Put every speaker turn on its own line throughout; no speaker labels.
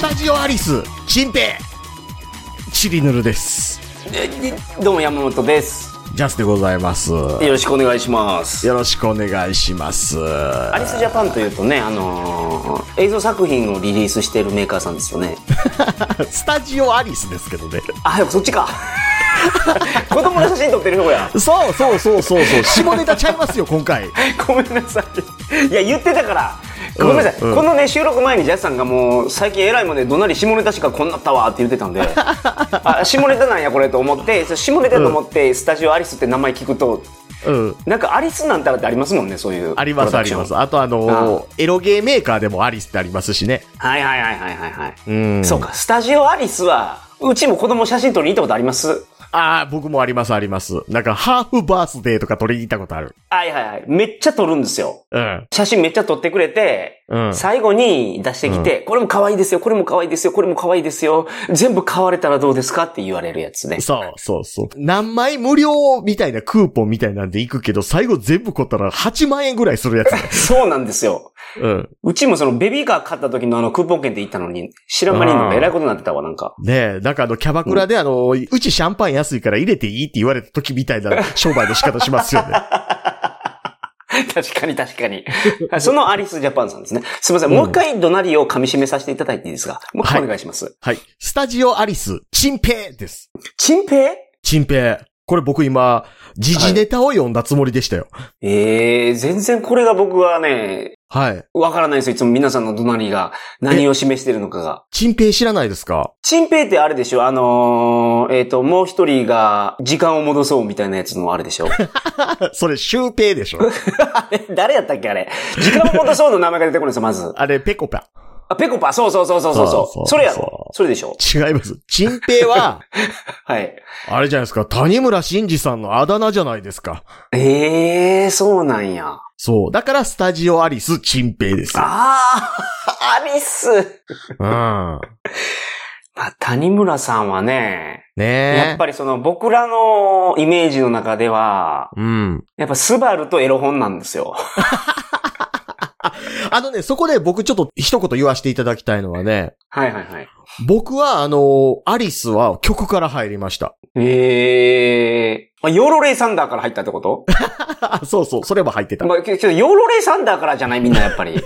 タジオアリス、チンペイ、チリヌルです。
どうも山本です。
ジャスでございます。よ
よろしくお願いします。
ろしくお願いします。
アリスジャパンというとね、あのー映像作品をリリースしているメーカーさんですよね。
スタジオアリスですけどね。
あ、そっちか。 子供の写真撮ってると こや。
そうそうそうそう そう。下ネタちゃいますよ、今回。
ごめんなさい。いや、言ってたから。ごめんなさい、
うんうん
このね収録前にジャスさんがもう最近えらいもんでどなり下ネタしかこんなったわって言ってたんであ下ネタなんやこれと思ってそう下ネタと思ってスタジオアリスって名前聞くと
うん。
なんかアリスなんたらってありますもんねそういう
ありま
プロ
す、あ
ダク
り
ション
ます。あと、あのーエロゲーメーカーでもアリスってありますしね。
はいはいはいはいはいはい。
ん
そうか、スタジオアリスは、うちも子供写真撮りに行ったことあります。
ああ、僕もあります、あります。なんか、ハーフバースデーとか取りに行ったことある。
はいはいはい。めっちゃ撮るんですよ。
うん。
写真めっちゃ撮ってくれて、
うん
最後に出してきて、これも可愛いですよ、これも可愛いですよ、これも可愛いですよ、全部買われたらどうですかって言われるやつね。
そう、そう、そう。何枚無料みたいなクーポンみたいなんで行くけど、最後全部買ったら8万円ぐらいするやつ。
そうなんですよ。
うん。
うちもそのベビーカー買った時のあのクーポン券って言ったのに、知らん間になんかえらいことになってたわ、なんか。
ねえ、なんかあの、キャバクラであの、うちシャンパン安いから入れていいって言われた時みたい な商売の仕方しますよね。
確かに確かに。そのアリスジャパンさんですね。すみません、もう一回怒鳴りを噛み締めさせていただいていいですかもう一回お願いします。
はい。スタジオアリス、チンペイです。
チンペイ
チンペイ。これ僕今、時事ネタを読んだつもりでしたよ。
ええ全然これが僕はね、
はい。
わからないですよ。いつも皆さんの怒鳴りが何を示してるのかが。
チンペイ知らないですか
チンペイってあれでしょあのー、えっ、と、もう一人が時間を戻そうみたいなやつのあれ でしょ
それ、シュウペイでしょ。
あれ誰やったっけあれ。時間を戻そうの名前が出てこないですよ、まず。
あれ、ペコパ。
あ、ぺこぱ、そうそうそうそうそう。
そう
そ
そうう
それや
そ
ろ。それでしょ
違います。チンペイは、
はい。
あれじゃないですか、谷村新司さんのあだ名じゃないですか。
ええそうなんや。
そう。だから、スタジオアリス、チンペイです。
ああ、 アリス。
うん。
まあ、谷村さんはね、
ねえ。
やっぱりその僕らのイメージの中では、
うん。
やっぱスバルとエロ本なんですよ。
あのね、そこで僕ちょっと一言言わせていただきたいのはね、
はいはいはい。
僕はあの、アリスは曲から入りました。
えー。まあ、ヨーロレイサンダーから入ったってこと
あそうそう、それも入ってた。
まあ、けけどヨーロレイサンダーからじゃないみんなやっ ぱり。
いや、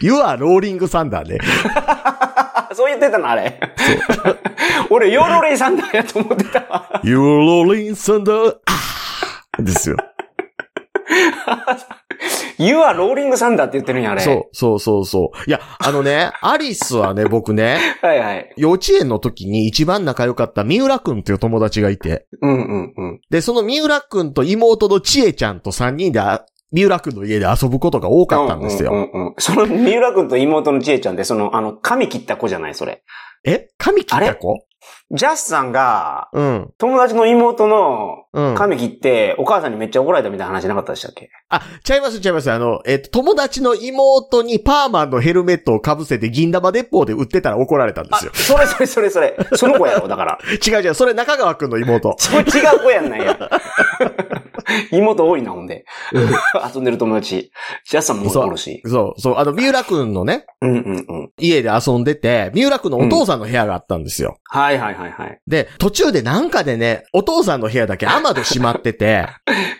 You are Rolling Thunder ね。
あ、そう言ってたのあれ。 俺、ヨーロレイサンダーやと思ってたわ。
You are Rolling Thunder あーですよ。
You are rolling thunder って言ってるんや、あれ。
そう、そうそうそう。いや、あのね、アリスはね、僕ね、
う。はいはい。
幼稚園の時に一番仲良かった三浦くんっていう友達がいて、
うんうんうん。
で、その三浦くんと妹の千恵ちゃんと三人であ、三浦くんの家で遊ぶことが多かったんですよ。
うんうんうんその、三浦くんと妹のちえちゃんって、その、あの、髪切った子じゃない、それ。
え髪切った子
ジャスさんが、
うん。
友達の妹の
うん。
髪切って、お母さんにめっちゃ怒られたみたいな話なかったでしたっけ
あ、ちゃいますちゃいます。あの、えっ、と、友達の妹にパーマンのヘルメットを被せて銀玉鉄砲で売ってたら怒られたんで
あ
すよ。
それそれそれそれ。その子やろ、だから。
違う違う、それ中川くんの妹。
ちょ、違う子やんないや。妹多いな、ほんで。遊んでる友達。ジャスさんもおるし。
そう、そう、あの、三浦くんのね、
うんうんうん。
家で遊んでて、三浦くんのお父さんの部屋があったんですよ。
はいはいはいはい。
で、途中でなんかでね、お父さんの部屋だけ雨戸閉まってて、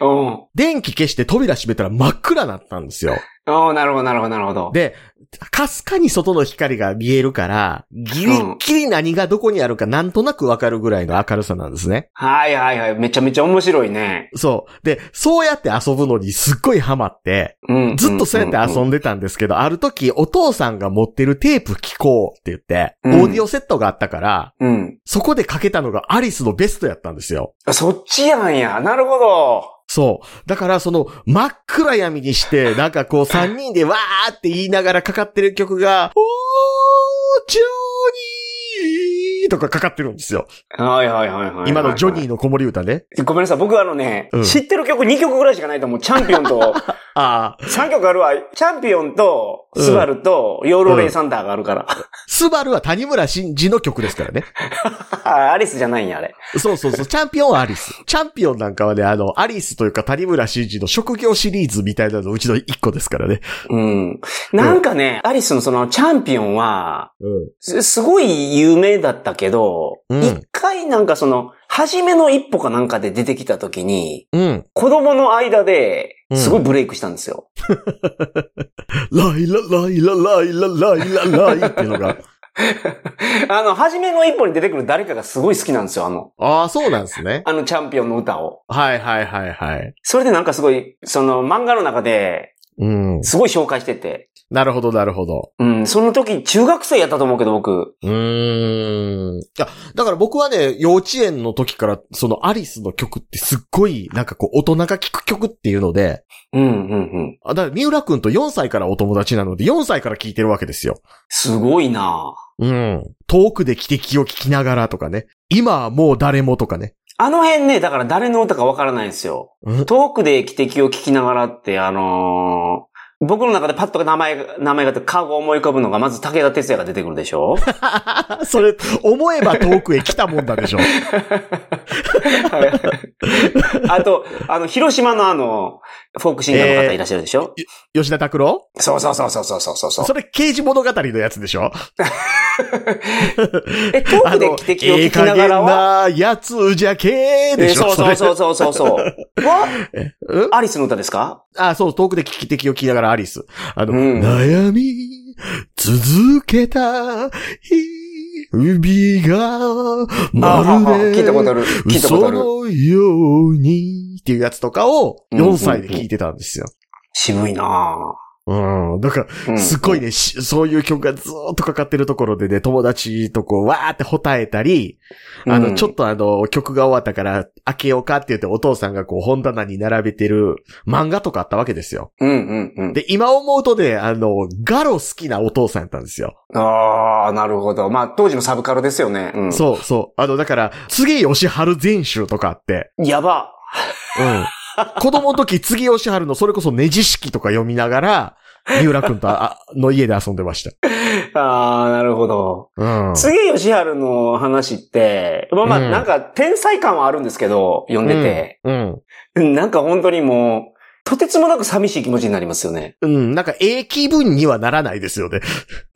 うん。
電気消して扉閉めたら真っ暗だったんですよ。
おーなるほどなるほどなるほど。
で、かすかに外の光が見えるから、ギリッギリ何がどこにあるかなんとなくわかるぐらいの明るさなんですね。
はいはいはい。めちゃめちゃ面白いね。
そう。で、そうやって遊ぶのにすっごいハマって、
うん。
ずっとそうやって遊
で。
んでたんですけど、ある時、お父さんが持ってるテープ聞こうって言って、
うん
オーディオセットがあったから、
うん。
そこでかけたのがアリスのベストやったんですよ。
そっちやんや。なるほど。
そう。だから、その、真っ暗闇にして、なんか こう、三人でわーって言いながらかかってる曲が、おー、ジョニーとかかかってるんですよ。
はいはいはいはい。
今のジョニーの子守歌ね。
ー。ごめんなさい、僕あのね、
うん
知ってる曲2曲ぐらいしかないと思う。チャンピオン と、
ああ、
3曲あるわ。チャンピオンと、スバルと、ヨーロレイサンダーがあるから。
スバルは谷村新司の曲ですからね。
あアリスじゃないんや、あれ。
そうそうそう、チャンピオンはアリス。チャンピオンなんかはね、あの、アリスというか谷村新司の職業シリーズみたいなのうちの一個ですからね。
うん。なんかね、アリスのそのチャンピオンは、
うん。
すすごい有名だったけど、一、
うん
回なんかその、初めの一歩かなんかで出てきた時に、
うん。
子供の間で
う、ん
すごいブレイクしたんですよ。
ライラライラライラライラライっていうのが。
あの、初めの一歩に出てくる誰かがすごい好きなんですよ、あの、
ああ、そうなんですね。
あのチャンピオンの歌を。
はいはいはいはい。
それでなんかすごい、その漫画の中で、
うん。
すごい紹介してて。
なるほどなるほど。
うん、その時中学生やったと思うけど僕。
うーん。いや、だから僕はね、幼稚園の時から、そのアリスの曲ってすっごい、なんかこう、大人が聴く曲っていうので、
うん、うん、うん。
あだから三浦くんと4歳からお友達なので、4歳から聴いてるわけですよ。
すごいな
うん。遠くで汽笛を聞きながらとかね。今はもう誰もとか ね。
あの辺ね、だから誰の歌かわからないんですよ。
うん
トークで汽笛を聞きながらって、あのー僕の中でパッと名前が、名前が出て、顔が思い浮かぶのが、まず武田鉄矢が出てくるでし ょは
それ、思えば遠くへ来たもんだ でしょ。
いあと、あの、広島のあの、フォークシンガーの方いらっしゃるでしょ、
吉田拓郎
そうそうそうそうそうそうそうそう。
それ、刑事物語のやつでしょ
え、トークで汽笛を聞きながらは、
あのええ加減なやつじゃけー
え
でしょ
そうそう
それ
そうそうそうそう。は
うん
アリスの歌ですか
あ、そう、遠くで聞き敵を聞きながらアリス。あの、
うん
悩み、続けた、指が、ま
あ
るで、
聞いたことある。聞いたことあ
そ
る。
のように、っていうやつとかを、4歳で聞いてたんですよ。
渋いな
うん。だから、
ぁ。うん
すごいね、しそういう曲がずーっとかかってるところでね、友達とこう、わーって答えたり、あ
う
の、
ん
ちょっとあの、曲が終わったから、開けようかって言ってお父さんがこう、本棚に並べてる漫画とかあったわけですよ。
うんうんうん。
で、今思うとね、あの、ガロ好きなお父さんやったんですよ。
ああ、なるほど。まあ、当時のサブカルですよね。うん。
そうそう。あの、だから、次吉春全集とかあって、
やば。
うん。子供の時、次吉春のそれこそネジ式とか読みながら、三浦くんとあの家で遊んでました。
ああ、なるほど。
うん。
次、吉春の話って、まあまあ、
うん
なんか、天才感はあるんですけど、読んでて、
うん。
うんなんか本当にもう、とてつもなく寂しい気持ちになりますよね。
うん。なんか、ええ気分にはならないですよね。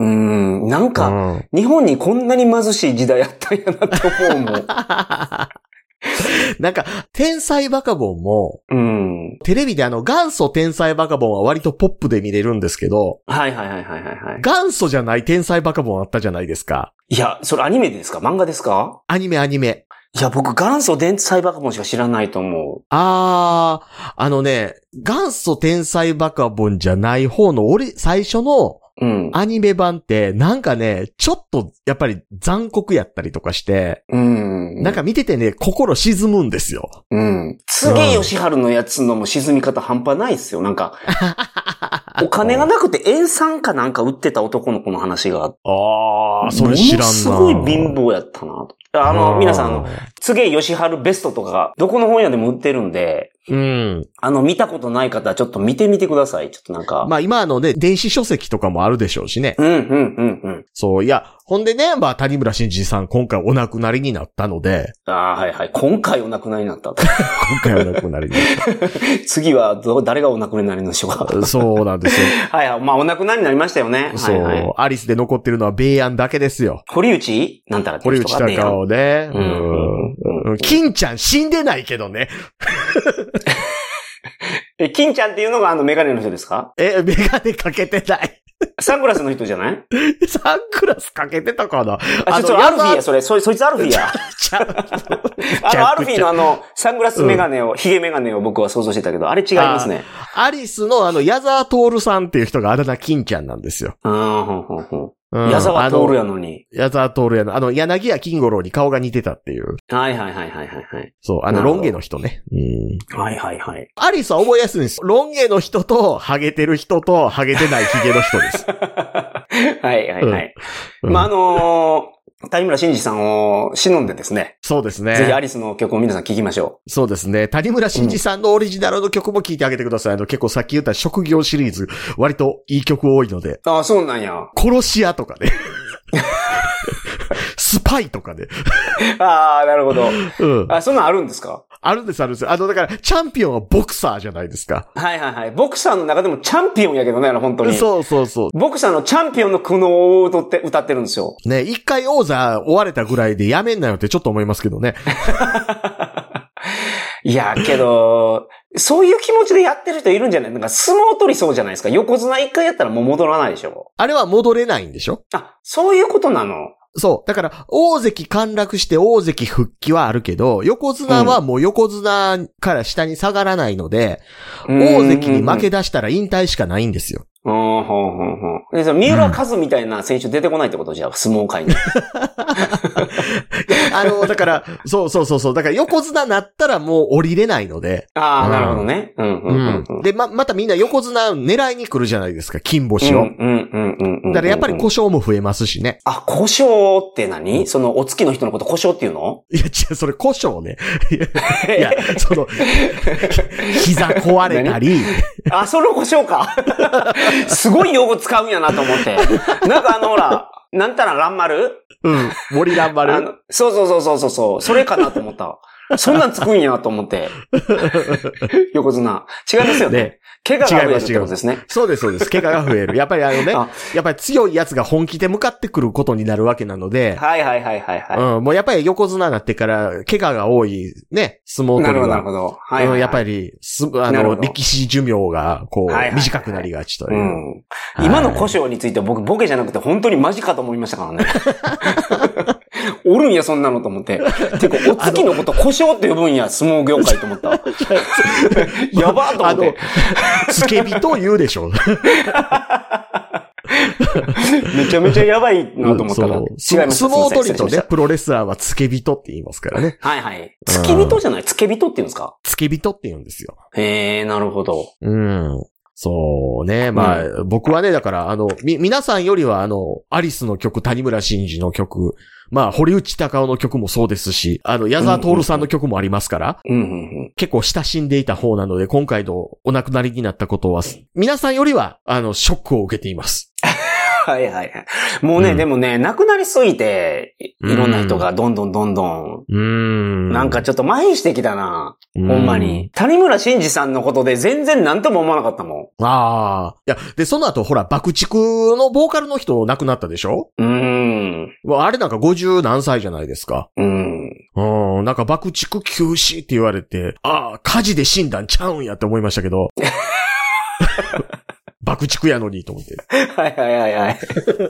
うん、なん
う
か、
ん。
日本にこんなに貧しい時代あったんやなと思うも ん。
なんか、天才バカボンも、
うん。
テレビであの、元祖天才バカボンは割とポップで見れるんですけど、
はいはいはいはいはいはい。
元祖じゃない天才バカボンあったじゃないですか。
いや、それアニメですか漫画ですか
アニメアニメ。
いや、僕、元祖伝才バカボンしか知らないと思
あー、あのね、元祖天才バカボンじゃない方の俺、最初の
う。うん。
アニメ版って、なんかね、ちょっとやっぱり残酷やったりとかして、
うん。
なんか見ててね、心沈むんですよ。
うん。次、吉春のやつのも沈み方半端ないっすよ。 なんか、お金がなくて塩酸かなんか売ってた男の子の話があって。
あ
ものすごい貧乏やったなと。あの、皆さん、あの、、次、吉春ベストとかが、どこの本屋でも売ってるんで、
うん。
あの、見たことない方はちょっと見てみてください。ちょっとなんか。
まあ今あのね、電子書籍とかもあるでしょうしね。
うん、うん、うん、うん。
そう、いや、ほんでね、まあ谷村新司さん今回お亡くなりになったので、
ああー、はいはい。今回お亡くなりになったと。
今回お亡くなりになっ
次はど、誰がお亡くなりになるんでしょうか。
た。 そうなんですよ。
はいはい。まあ、お亡くなりになりましたよね。
そ
はいは
う
い。、
アリスで残ってるのは米安だけですよ。
堀内なんたらって
堀
人
内
がね
隆夫ね。
うん
うんうん金ちゃん死んでないけどね。
え、金ちゃんっていうのがあのメガネの人ですか
え、メガネかけてない。
サングラスの人じゃない
サングラスかけてたかな
あ、ちょっとアルフィーや、それ。そそいつアルフィーや。
ちゃ
あ
ちゃ
の、アルフィーのあの、サングラスメガネを、ヒゲメガネを僕は想像してたけど、あれ違いますね。
アリスのあの、矢沢徹さんっていう人があだ名金ちゃんなんですよ。
うん、ほんほんほ
うん
ん。矢沢
あ
徹
の
やのに。
矢沢徹やの。あの、柳家金五郎に顔が似てたっていう。
はいはいはいはいはいはい。
そう、あの、
なるほ
ロ
ど
ン毛の人ね。うん。
はいはいはい。
アリスは覚えやすいんです。ロン毛の人と、ハゲてる人 と、ハゲてないヒゲの人です。
はいはいはい。
うん
まあ、あのー谷村新司さんを忍んでですね、
そうですね。
ぜひアリスの曲を皆さん聴きましょ
そうですね。谷村新司さんのオリジナルの曲も聴いてあげてください。あの、結構さっき言った職業シリーズ、割といい曲多いので、
う。ああ、そうなんや。
殺し屋とか ね。スパイとかね。
ああ、なるほど。
うん。
あ、そんなんあるんですか
あるんです、あるんです。あの、だから、チャンピオンはボクサーじゃないですか。
はいはいはい。ボクサーの中でもチャンピオンやけどね、あの本当に。
そうそうそ
ボクサーのチャンピオンの苦悩を歌って歌ってるんですよ。
う。ね、一回王座追われたぐらいでやめんなよってちょっと思いますけどね。
いや、けど、 そういう気持ちでやってる人いるんじゃないなんか相撲取りそうじゃないですか。横綱一回やったらもう戻らないでしょ。
あれは戻れないんでしょ
あ、そういうことなの。
そう。だから、大関陥落して大関復帰はあるけど、横綱はもう横綱から下に下がらないので、大関に負け出したら引退しかないんですよ。
うん。うん、ほんほんほん。で、その三浦和みたいな選手出てこないってことじゃあ、相撲 界に。
あの、だから、そうそうそうそう。だから横綱なったらもう降りれないので。
あ
う
あ、
ん
なるほどね。うん、うん、うんうん。
で、ま、またみんな横綱狙いに来るじゃないですか、金
う
星
ん、う
を。
ん、うんうん、うん。
だからやっぱり故障も増えますしね。
あ、故障って何その、お月の人のこと故障っていうの
いや、違う、それ故障 ね。いや、その、膝壊れたり、
あ、それを故障か。 すごい用語使うんやなと思って。なんかあの、ほら、なんたら乱丸
うん、森乱丸。
あの、そうそうそうそうそうそう、それかなと思った。そんなんつくんやと 思って。横綱。違いますよね。
ね
怪我があるやつっ
違
て
います違います
ことですね。
そうです、そうです。怪我が増える。やっぱりあのね、
あ
やっぱり強い奴が本気で向かってくることになるわけなので、
はいはいはいはいは
うん、もうやっぱり横綱になってから、怪我が多いね、相撲
い。な
取
る
り
ほどなる
は
ほ。ど。はい、は
う
い。
んやっぱり、す、あ
なる
の、
ほど
力士寿命が、こ
はいはいは
う、
い
短くなりがちというう。
ん。
はい
今の故障については僕ボケじゃなくて本当にマジかと思いましたからね。 おるんや、そんなのと思って。てか、お月のこと故障って呼ぶんや、相撲業界と 思った。やばーと思
あ
っ
の
て。、
付け人を言うでしょう。
めちゃめちゃやばいなと思ったら。違い
うん
まし
そう
た。
相撲取りと
失
ね、
礼し
プロレスラーは付け人って言いますからね。
ました。はいはい。付き人じゃない付け人って言うんですか
付け人って言うんですよ。
へえ、なるほど。
うん。そうね。まあ、僕はね、だから、あの、み、皆さんよりは、あの、アリスの曲、谷村新司の曲、まあ、堀内隆夫の曲もそうですし、あの、矢沢徹さんの曲もありますから、
うんうんうん。
結構親しんでいた方なので、今回のお亡くなりになったことは、皆さんよりは、あの、ショックを受けています。
はいはいはい。もうね、
うん
でもね、亡くなりすぎて、いいろんな人がどんどんどんどん、
うーん。
なんかちょっと麻痺してきたな。
うん、
ほんまに。谷村新司さんのことで全然何とも思わなかったも
ああ。いや、で、その後、ほら、爆竹のボーカルの人亡くなったでしょ
ん。うーん。
わあれなんか50何歳じゃないですか。
うん。
うん、なんか爆竹休止って言われて、ああ、火事で死んだんちゃうんやって思いましたけど。 爆竹やのにと思って。
はいはいはいはい。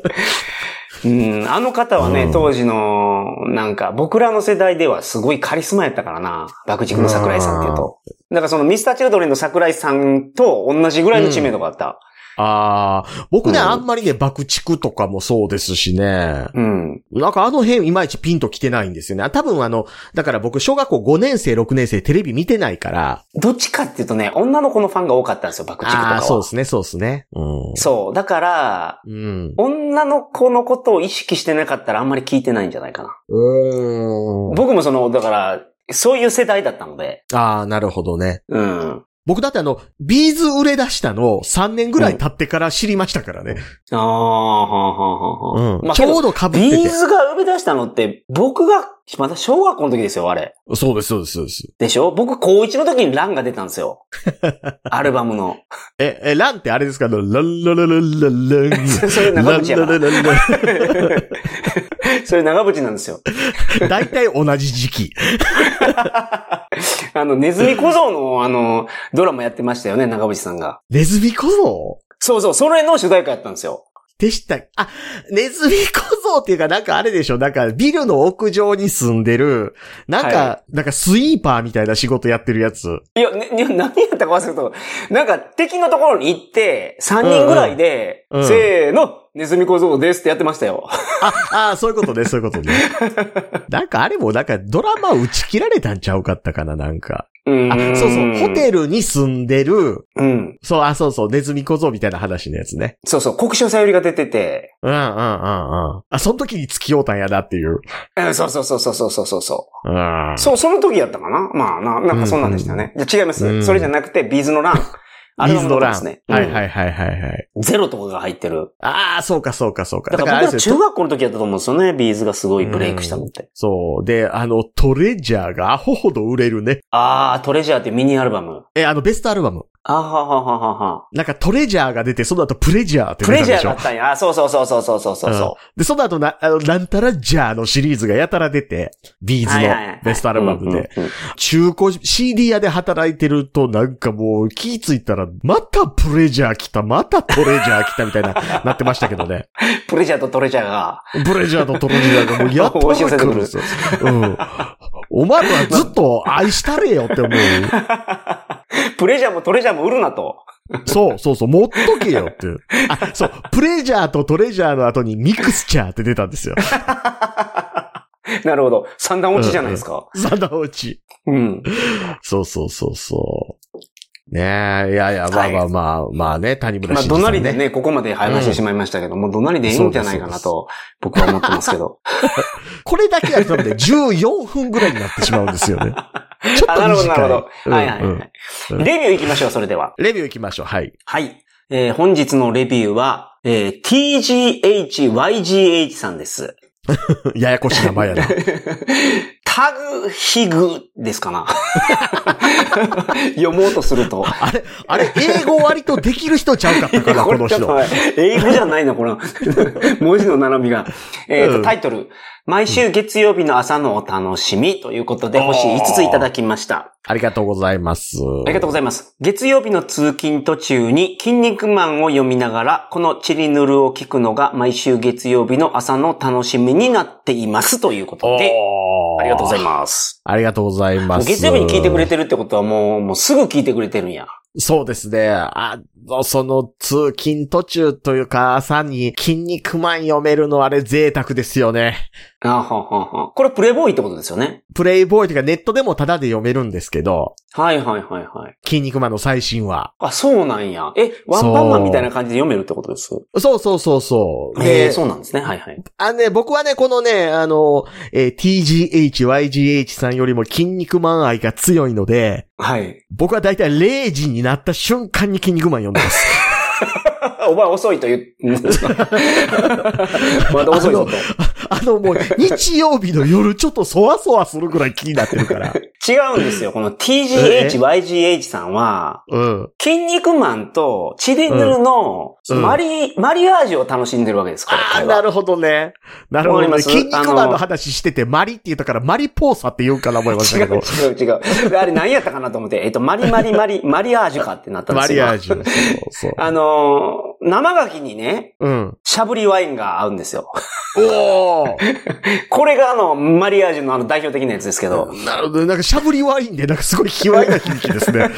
うん、あの方はね、
うん
当時の、なんか、僕らの世代ではすごいカリスマやったからな。爆竹の桜井さんっていうと。なんかそのミスターチルドレンの桜井さんと同じぐらいの知名度があった。
ああ、僕ね、
うん
あんまりね、爆竹とかもそうですしね。
うん。
なんかあの辺いまいちピンと来てないんですよね。多分あの、だから僕小学校5年生、6年生テレビ見てないから。
どっちかっていうとね、女の子のファンが多かったんですよ、爆竹とか
ああ
は。
ー、そうですね、そうですね。うん。
そう。だから、
うん。
女の子のことを意識してなかったらあんまり聞いてないんじゃないかな。
うーん。
僕もその、だから、そういう世代だったので、
ああ、なるほどね。
うん。
僕だってあの、ビーズ売れ出したのを3年ぐらい経ってから知りましたからね。
ああ、はあ、はあ、はあ。
うん
まあ、
ちょう
う
ど被って
ビー
て。
ズが生み出したのって、僕が、また小学校の時ですよ、あれ。
そうです、そうです、そうです。
でしょ僕、高1の時にランが出たんですよ。 アルバムの。
え、え、ランってあれですかランララララララン。
それ長渕や
ラ
か
ンララララ
ら。それ長渕なんですよ。
ラン大体同じ時期。
あの、ネズミ小僧の、あの、ドラマやってましたよね、長渕さんが。
ネズミ小僧
そうそう、それの主題歌やったんですよ。
でした。あ、ネズミ小僧っていうかなんかあれでしょなんかビルの屋上に住んでる、なんか、
は
なんかスイーパーみたいな仕事やってるやつ。
いや、ね、いや何やったか忘れたけど、なんか敵のところに行って、3人ぐらいで、
うんうんうん
せーの、ネズミ小僧ですってやってましたよ。
あ、あそういうことね、 そういうことね。なんかあれもなんかドラマ打ち切られたんちゃうかったかな、なんか。
うん
あ、そうそう、ホテルに住んでる、
うん。
そう、あ、そうそう、ネズミ小僧みたいな話のやつね。
そうそう、国章さよりが出てて、
うんうんうんうん。あ、その時に付き合うたんやなっていう。
うんそうそうそうそうそうそうそうそ
うん
う。。そ、その時やったかなまあな、なんかそんなんでしたね。じゃあ違いま
うん
す。それじゃなくて、ビーズのラン。あ れ
ビーズの
の
ラ
ラ
ン
ンですね。。
はいはいいはいはいはい。
ゼロとかが入ってる。
ああ、そうかそうかそうか。
だから
あれ
僕
で
ら
すよ
中学校の時やったと思うんですよね、ビーズがすごいブレイクしたのって。
そう。で、あの、トレジャーがアホほど売れるね。
あー、トレジャーってミニアルバム。
え、あの、ベストアルバム。
あはははははは。
なんかトレジャーが出て、その後プレジャーって
プ
出た
レ
ん
ジ
で
ャー
し
だ
ょ
っ。たんや。あそうそうそうそうそうそうそうそ
で、その後な、あの、なんたらジャーのシリーズがやたら出て、ビーズ
はいはいは
の
い
ベストア
う。
ルバム
うんうん
で。
うん
中古 CD 屋で働いてると、なんかもう気ぃついたら、またプレジャー来た、またトレジャー来たみたいな、な ってましたけどね。
プレジャーとトレジャーが。
プレジャーとトレジャーがもうやっと来るんですよ。うん。お前らずっと愛したれよって思う。
プレジャーもトレジャーも売るなと。
そうそうそう、持っとけよって。あ、そう、プレジャーとトレジャーの後にミクスチャーって出たんですよ。
なるほど。三段落ちじゃないですか。
サダ落ち。
うん。
そうそうそうそう。ねえ、いやいや、まあまあまあ、まあね、谷村
まあ、
新司さ
怒
ん、ね。
鳴りでね、ここまで話してしまいましたけども、怒鳴りでいいんじゃないかなと、僕は思ってますけど。
これだけやるとね、14分ぐらいになってしまうんです よね。ち ょっと短い。
あ、なるほど、なるほど。はいはい
うんう
は
ん
い。レビュー行きましょう、それでは。
レビュー行きましょう。はい。
はい。えー本日のレビューは、えー TGHYGH さんです。
ややこしい名前やな。
タグヒグですかな 読もうとすると。
あれ、あれ、英語割とできる人ちゃうかった かな、この
ちょっ
人。
と待って英語じゃないな、この文字の並びが。えっ、
うん
と、タイトル。毎週月曜日の朝のお楽しみということで、
うん
星5ついただきました。
ありがとうございます。
ありがとうございます。月曜日の通勤途中に筋肉マンを読みながら、このチリヌルを聞くのが毎週月曜日の朝の楽しみになっていますということで、
おー
ありがとうございます。
ありがとうございます。
月曜日に聞いてくれてるってことはもう、もうすぐ聞いてくれてるんや。
そうですね。あの、その通勤途中というか、朝に筋肉マン読めるのあれ贅沢ですよね。
あはんはんはんこれプレイボーイってことですよね。
プレイボーイというかネットでもタダで読めるんですけど、
はいはいはいはい。
筋肉マンの最新話。
あ、そうなんや。え、ワンパンマンみたいな感じで読めるってことです。
そうそうそうそう。
え
で、
そうなんですね。はいはい。
あのね、僕はね、このね、あの、えー TGH、YGH さんよりも筋肉マン愛が強いので、
はい。
僕はだいたい0時になった瞬間に筋肉マン読んで ます。
お前遅いと言う。 まだ遅いぞと。
あのもう、日曜日の夜ちょっとそわそわするぐらい気になってる から。
違うんですよ。こ
え
の TGH、YGH さんは、
うん。
筋肉マンとチリヌルの
うん
マリ、マリアージュを楽しんでるわけですから。
ああ、
彼
な
は
るほどね。なるほど
わか
ね。
ります
筋肉マ
あ
ンの
の
話してて、マリって言ったから、マリポーサって言うかな思いました
違
け
う
ど。
違う違う。であれ何やったかなと思って、えっと、マリマリマリ、マリアージュかってなったんで
マ
す
リ
よ。
アージュ。そうそう。
あのー生牡蠣にね、
うん。
しゃぶりワインが合うんですよ。
おお。
これがあの、マリアージュのあの代表的なやつですけど、
なるほど。なんか、しゃぶりワインで、なんかすごい卑猥な響きですね。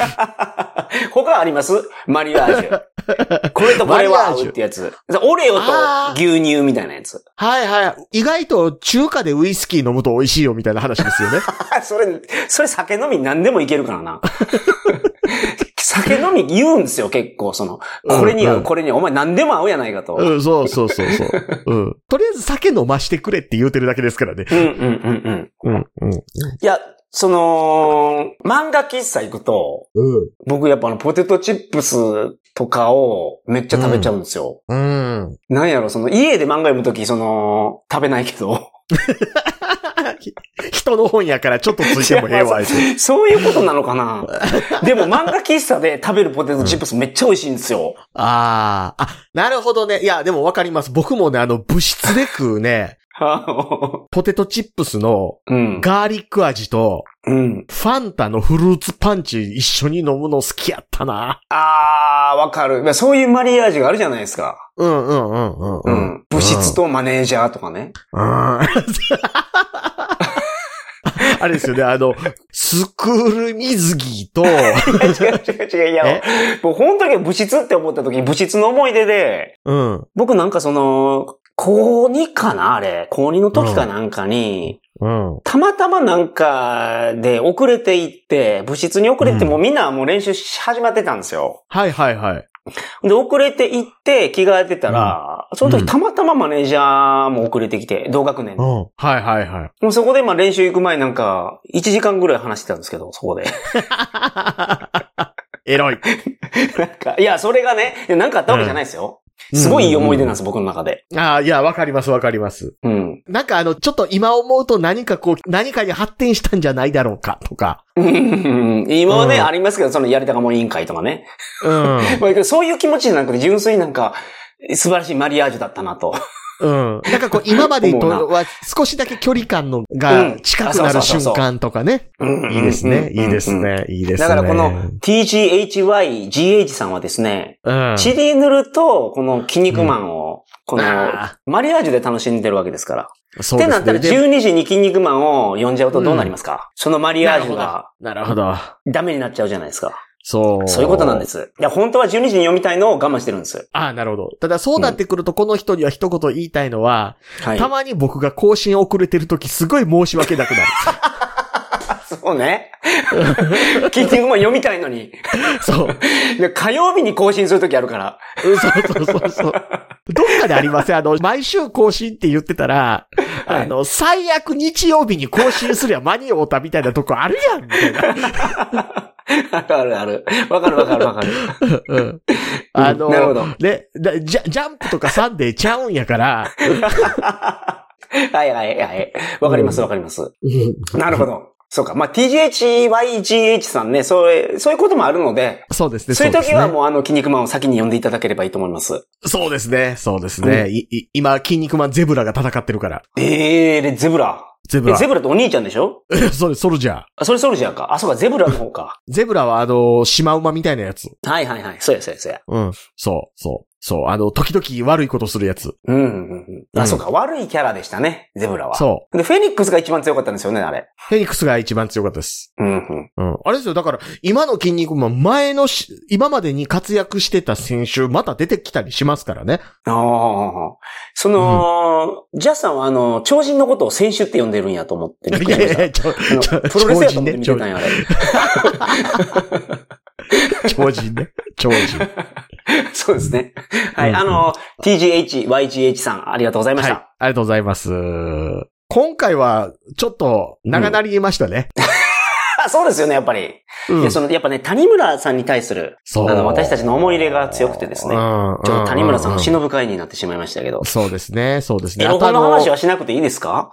他ありますマリアージュ。これとこれは合うってやつ。オレオと牛乳みたいなやつ。
はいはい。意外と、中華でウイスキー飲むと美味しいよ、みたいな話ですよね。
あそれ、それ酒飲み何でもいけるからな。 酒飲み言うんですよ、結構。その、これに 合
うんう
う、
ん
これに合うお前何でも合うやないかと。うん、
うん、そうそうそうそう。 うん。とりあえず、酒飲ましてくれって言うてるだけですからね。
うん、うん、うん。
うん、うん。
いや、その、漫画喫茶行くと、
うん。
僕やっぱあの、ポテトチップスとかをめっちゃ食べちゃうんですよ。
うん。
なんやろ、その、家で漫画読むとき、その、食べないけど。
人の本 やから、ちょっとついてもええわ、 あいつ
そういうことなのかなでも漫画喫茶で食べるポテトチップスめっちゃ美味しいんですよ。
ああ、あ、なるほどね。いや、でもわかります。僕もね、あの、物質で食うね、ポテトチップスの
うん。
ガーリック味と、
うん。
ファンタのフルーツパンチ一緒に飲むの好きやったな。
あー、わかる。そういうマリアージュがあるじゃないですか。
うんうんうんうん
う
うん。
ん。物質とマネージャーとかね。
あ あれですよね、あの、スクール水着と、
いや 違う違う違う。いや
え、
もう本当に物質って思った時に物質の思い出で、
うん、
僕なんかその、高2かなあれ。高2の時かなんかに、
うん。
たまたまなんかで遅れていって、部室に遅れてもうみんなもう練習し始まってたんですよ。
はいはいはい。
で、遅れていって着替えてたら、その
うん
時たまたまマネージャーも遅れてきて、同学年
う
で。
ん。はいはいはい。
もうそこでまあ練習行く前なんか、1時間ぐらい話してたんですけど、そこで。
エロい。
なんか、いや、それがね、いやなんかあったわけじゃないですよ。すごいいい思い出なんです、僕の中で。
ああ、いや、わかりますわかります。
うん。
なんかあの、ちょっと今思うと何かこう、何かに発展したんじゃないだろうか、とか。
今はね、
うん
ありますけど、そのやりたかも委員会とかね。
うん。
まあけどそういう気持ちじゃなくて、純粋になんか、素晴らしいマリアージュだったなと。
うん。なんかこう、今までと
思
は少しだけ距離感の
う
が
ん
近くなる瞬間とかね。
うん
いいですね。いいです。
うんうんうん
ね。いいですね。
だからこの TGHYGH さんはですね、
うん、
チリヌルとこの筋肉マンを、この
あ
マリアージュで楽しんでるわけですから。
そ
ってなったら
で
12時に筋肉マンを呼んじゃうとどうなりますか、そのマリアージュが
なるほど。
ダメになっちゃうじゃないですか。
そう。。
そういうことなんですす。いや、本当は12時に読みたいのを我慢してるんです。
ああ、なるほど。ただそうなってくると、この人には一言言いたいのは、
はい。
たまに僕が更新遅れてるときすごい申し訳なくな
そう ね。筋肉マン読みたいのに。
る。そう。
で火曜日に更新するときあるから。
そうそうそうそう。どっかでありませんあの、毎週更新って言ってたら、
はい
あの、最悪日曜日に更新すりゃ間に合うたみたいなとこあるやん、みたいな。
あるあるある。わかるわかるわかる。
うんあの、
うんなるほど
ね、だジャジャンプとかサンデーちゃうんやから、
はいはいはい。わかりますわかります。なるほど。そうか。まあ、TGHYGH さんね、そういう、そういうこともあるので、
そうですね。
そういう時は
う
もうあの、筋肉マンを先に呼んでいただければいいと思います。
ですね。そうですね。そうですね。いい今、筋肉マンゼブラが戦ってるから。
ええー、ゼブラ。
ゼブ
え
ラ。
ゼブラってお兄ちゃんでしょ
そうです、ソルジャー。
あ、それソルジャーか。あ、そうか、ゼブラの方か。
ゼブラはあの、シマウマみたいなやつ。
はいはいはい。そうやそうやそうや。
うん。そう、そう、そう。あの、時々悪いことするやつ。
うんうんうん。
う
あ、
ん
そうか。悪いキャラでしたね、ゼブラは。
そう。
で、フェニックスが一番強かったんですよね、あれ。
フェニックスが一番強かったです。
うんうん。
うん。あれですよ、だから、今の筋肉マン、前のし、今までに活躍してた選手、また出てきたりしますからね。
ああ。その、ジャスさんはあの、超人のことを選手って呼んでるんやと思ってびっくりしました、
や、 ちょ、
あの
ちょ
プロレスやと思って見て
超
たん
人ね
や、あれ。
超人ね。超人。
そうですね。はい。
うん
あの、TGH、YGH さん、ありがとうございま
は
し
い。
た。
ありがとうございます。今回は、ちょっと、長なりましたね。
あ そうですよね、やっぱり。
うん
いや、その、やっぱね、谷村さんに対する、あ
そう
の、私たちの思い入れが強くてですね。ち
ょ
ょっと谷村さんを
の。
忍ぶ会になってしまいましたけど。
そうですね、そうですね。
エロ
あとあ
本の話
の、
はしなくていいですか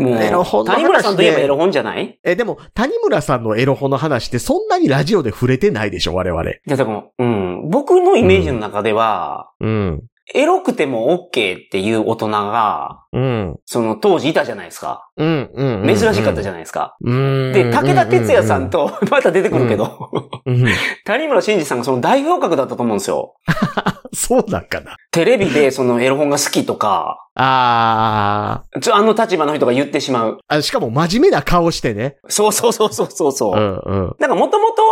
も
エロ本
う、
の話ね
谷村さんといえばエロ本じゃない
え、でも、谷村さんのエロ本の話ってそんなにラジオで触れてないでしょ、我々。
いや、でも、うん。僕のイメージの中では、
うん。
エロくても OK っていう大人が、
うん。
その当時いたじゃないですか。
うん、うん。
珍しかったじ
ゃん。
ゃないですか。
うん。
で、武田鉄矢さんと、 また出てくるけど、
うん。うん
谷村新司さんがその代表格だったと思うんですよ。
そうなんかな。
テレビでそのエロ本が好きとか、
あー
ちょあの立場の人が言ってしまう。
あ。しかも真面目な顔してね。
そうそうそうそうそうそう
ん、
う。
うん。
なんかもともと、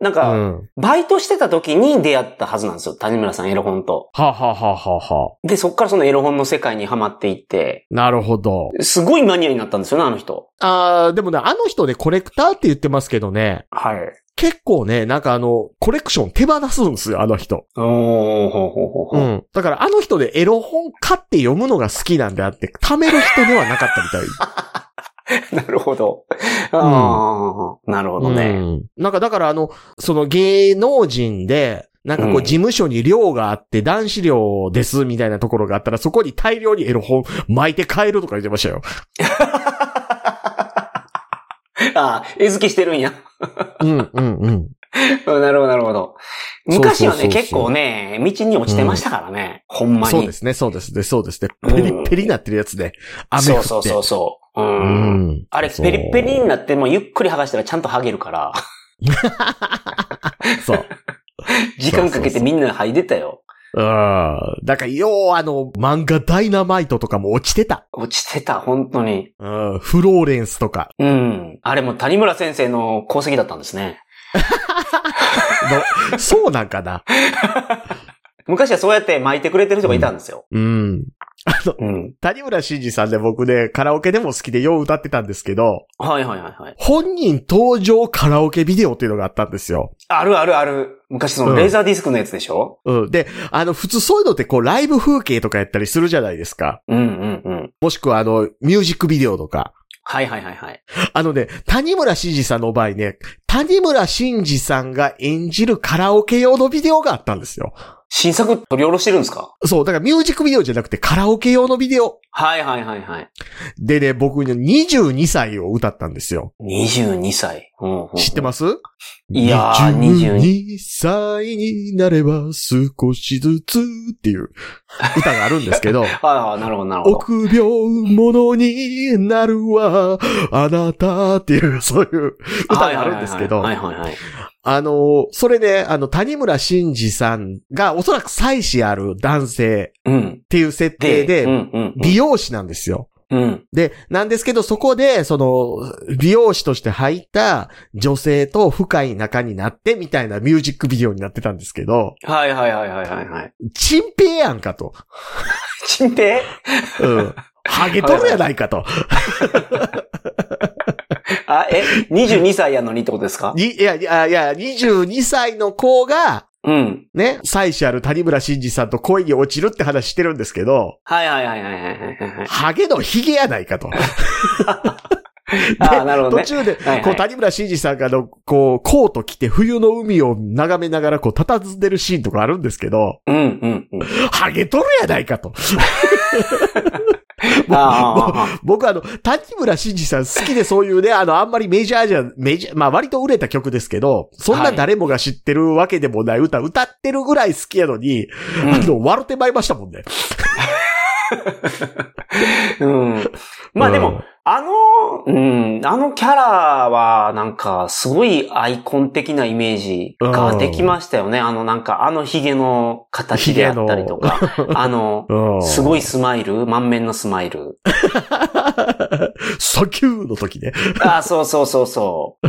なん
うん。
か、
は
バイトしてた時に出会ったはずなんですよ。谷村さんエロ本と。
あはあはあはあはあ
で、そっからそのエロ本の世界にハマっていって、
なるほど。
すごいマニアになったんですよね、あの人。
ああ、でもね、あの人ね、コレクターって言ってますけどね、
はい。
結構ね、なんかあの、コレクション手放すんですよ、あの人。
おー、ほうほうほうほ
う
う。
ん。だからあの人でエロ本買って読むのが好きなんであって、貯める人ではなかったみたい。
なるほど。あー、なるほどね。
うん。なんかだからあの、その芸能人で、なんかこ
う
うん事務所に寮があって男子寮ですみたいなところがあったらそこに大量にエロ本巻いて帰るとか言ってましたよ。
あー、餌付けしてるんや。
うんうんうん。
うんなるほど、なるほど。昔は
そうそうそうそ
ね、
う
結構ね、道に落ちてましたからね。ほん まに。
そうですね、そうですね、そうですね。ペリッペリになってるやつで、雨降って。
そうそうそうそう。う。
うんん。
あれ、
そう
ペリッペリになってもゆっくり剥がしたらちゃんと剥げ るから、
そう。
時間かけてみんな剥いでたよ。
うん。だから、ようあの、漫画ダイナマイトとかも落ちてた。
落ちてた、本当に。
うん。フローレンスとか
うん。あれも谷村先生の功績だったんですね。
の。そうなんかな。
昔はそうやって巻いてくれてる人がいたんですよ。
うん。
うん。
谷村新司さんで僕ね、カラオケでも好きでよう歌ってたんですけど、
はいはいはいはい。
本人登場カラオケビデオっていうのがあったんですよ。
あるあるある。昔そのレーザーディスクのやつでしょ、
うん。で、あの、普通そういうのってこう、ライブ風景とかやったりするじゃないですか。
うん、うんうんうん。
もしくはあの、ミュージックビデオとか。
はいはいはいはい。
あのね、谷村新司さんの場合ね、谷村新司さんが演じるカラオケ用のビデオがあったんですよ。
新作取り下ろしてるんですか
そう、だからミュージックビデオじゃなくてカラオケ用のビデオ。
はいはいはいはい。
でね、僕ね、22歳を歌ったんですよ。
22歳。うんうんうん
知ってます
いやー
22歳になれば少しずつっていう歌があるんですけ ど、
はいはい、なるほどなるほど。
臆病者になるわ、あなたっていう、そういう歌があるんですけど、
はいはいはいはい。
あの、それで、あの、谷村新司さんがおそらく妻子ある男性っ
うん。
ていう設定
で、う
で、
んうん
美容師なんですよ。
うん。うん。
で、なんですけど、そこで、その、美容師として入った女性と深い仲になってみたいなミュージックビデオになってたんですけど、
はいはいはいはいはいはい。
チンペイやんかと。
ちんぺ
うん。ハゲとるやないかと。
あ、え、22歳やのにってことですか
にいや、いや、いや、22歳の子が、
うん。
ね、妻子ある谷村新司さんと恋に落ちるって話してるんですけど、
はいはいはいはいはいはいはい。
ハゲのヒゲやないかと。
ああ、なるほど
途
ね。
中で、
はいはい
こう、谷村新司さんがあの、こう、コート着て冬の海を眺めながら、こう、佇んでるシーンとかあるんですけど、
うんうんうん。
ハゲとるやないかと。
あ
僕あの、谷村新司さん好きでそういうね、あの、あんまりメジャーじゃ、メジャー、まあ割と売れた曲ですけど、そんな誰もが知ってるわけでもない歌、歌ってるぐらい好きやのに、
あ、
あの、笑ってまいりましたもんね。
うん。うん。まあで
うん
も、あの、うん、あのキャラは、なんか、すごいアイコン的なイメージができましたよね。あの、なんか、あのヒゲの形であったりとか、 あの、
うん。
す ご
い。
いスマイル満面のスマイル。
サキューの時ね。
ああ、そうそうそうそう。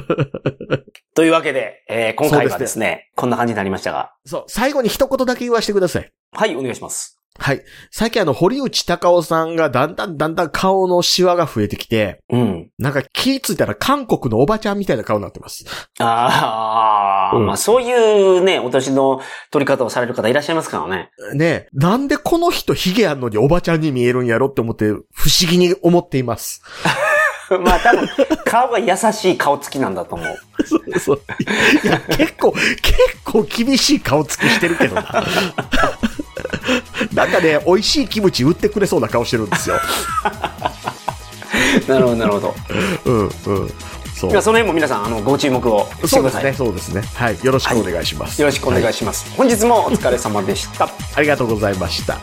というわけで、えー今回はですね、こんな感じになりましたが。
そう、最後に一言だけ言わせてください。
はい、お願いします。
はい。最近あの、堀内隆夫さんがだんだんだんだん顔のシワが増えてきて、
うん。
なんか気ぃついたら韓国のおばちゃんみたいな顔になってます。
あ
う
あ、
ん
まあそういうね、お年の取り方をされる方いらっしゃいますからね。
ねえ、なんでこの人ヒゲあんのにおばちゃんに見えるんやろって思って、不思議に思っています。
まあ多分、顔が優しい顔つきなんだと思う。
そうそう。いや、結構、結構厳しい顔つきしてるけど な。なんかね、美味しいキムチ売ってくれそうな顔してるんですよ。
なるほど、なるほど。
うん、うん。そ
まあ
う。
その辺も皆さん、あの、ご注目をして
そう
く
で
ださ
す
い。
ね、そうですね。はい。よろしくお願いします。
よろしくお願いします。本日もお疲れ様でした。
ありがとうございました。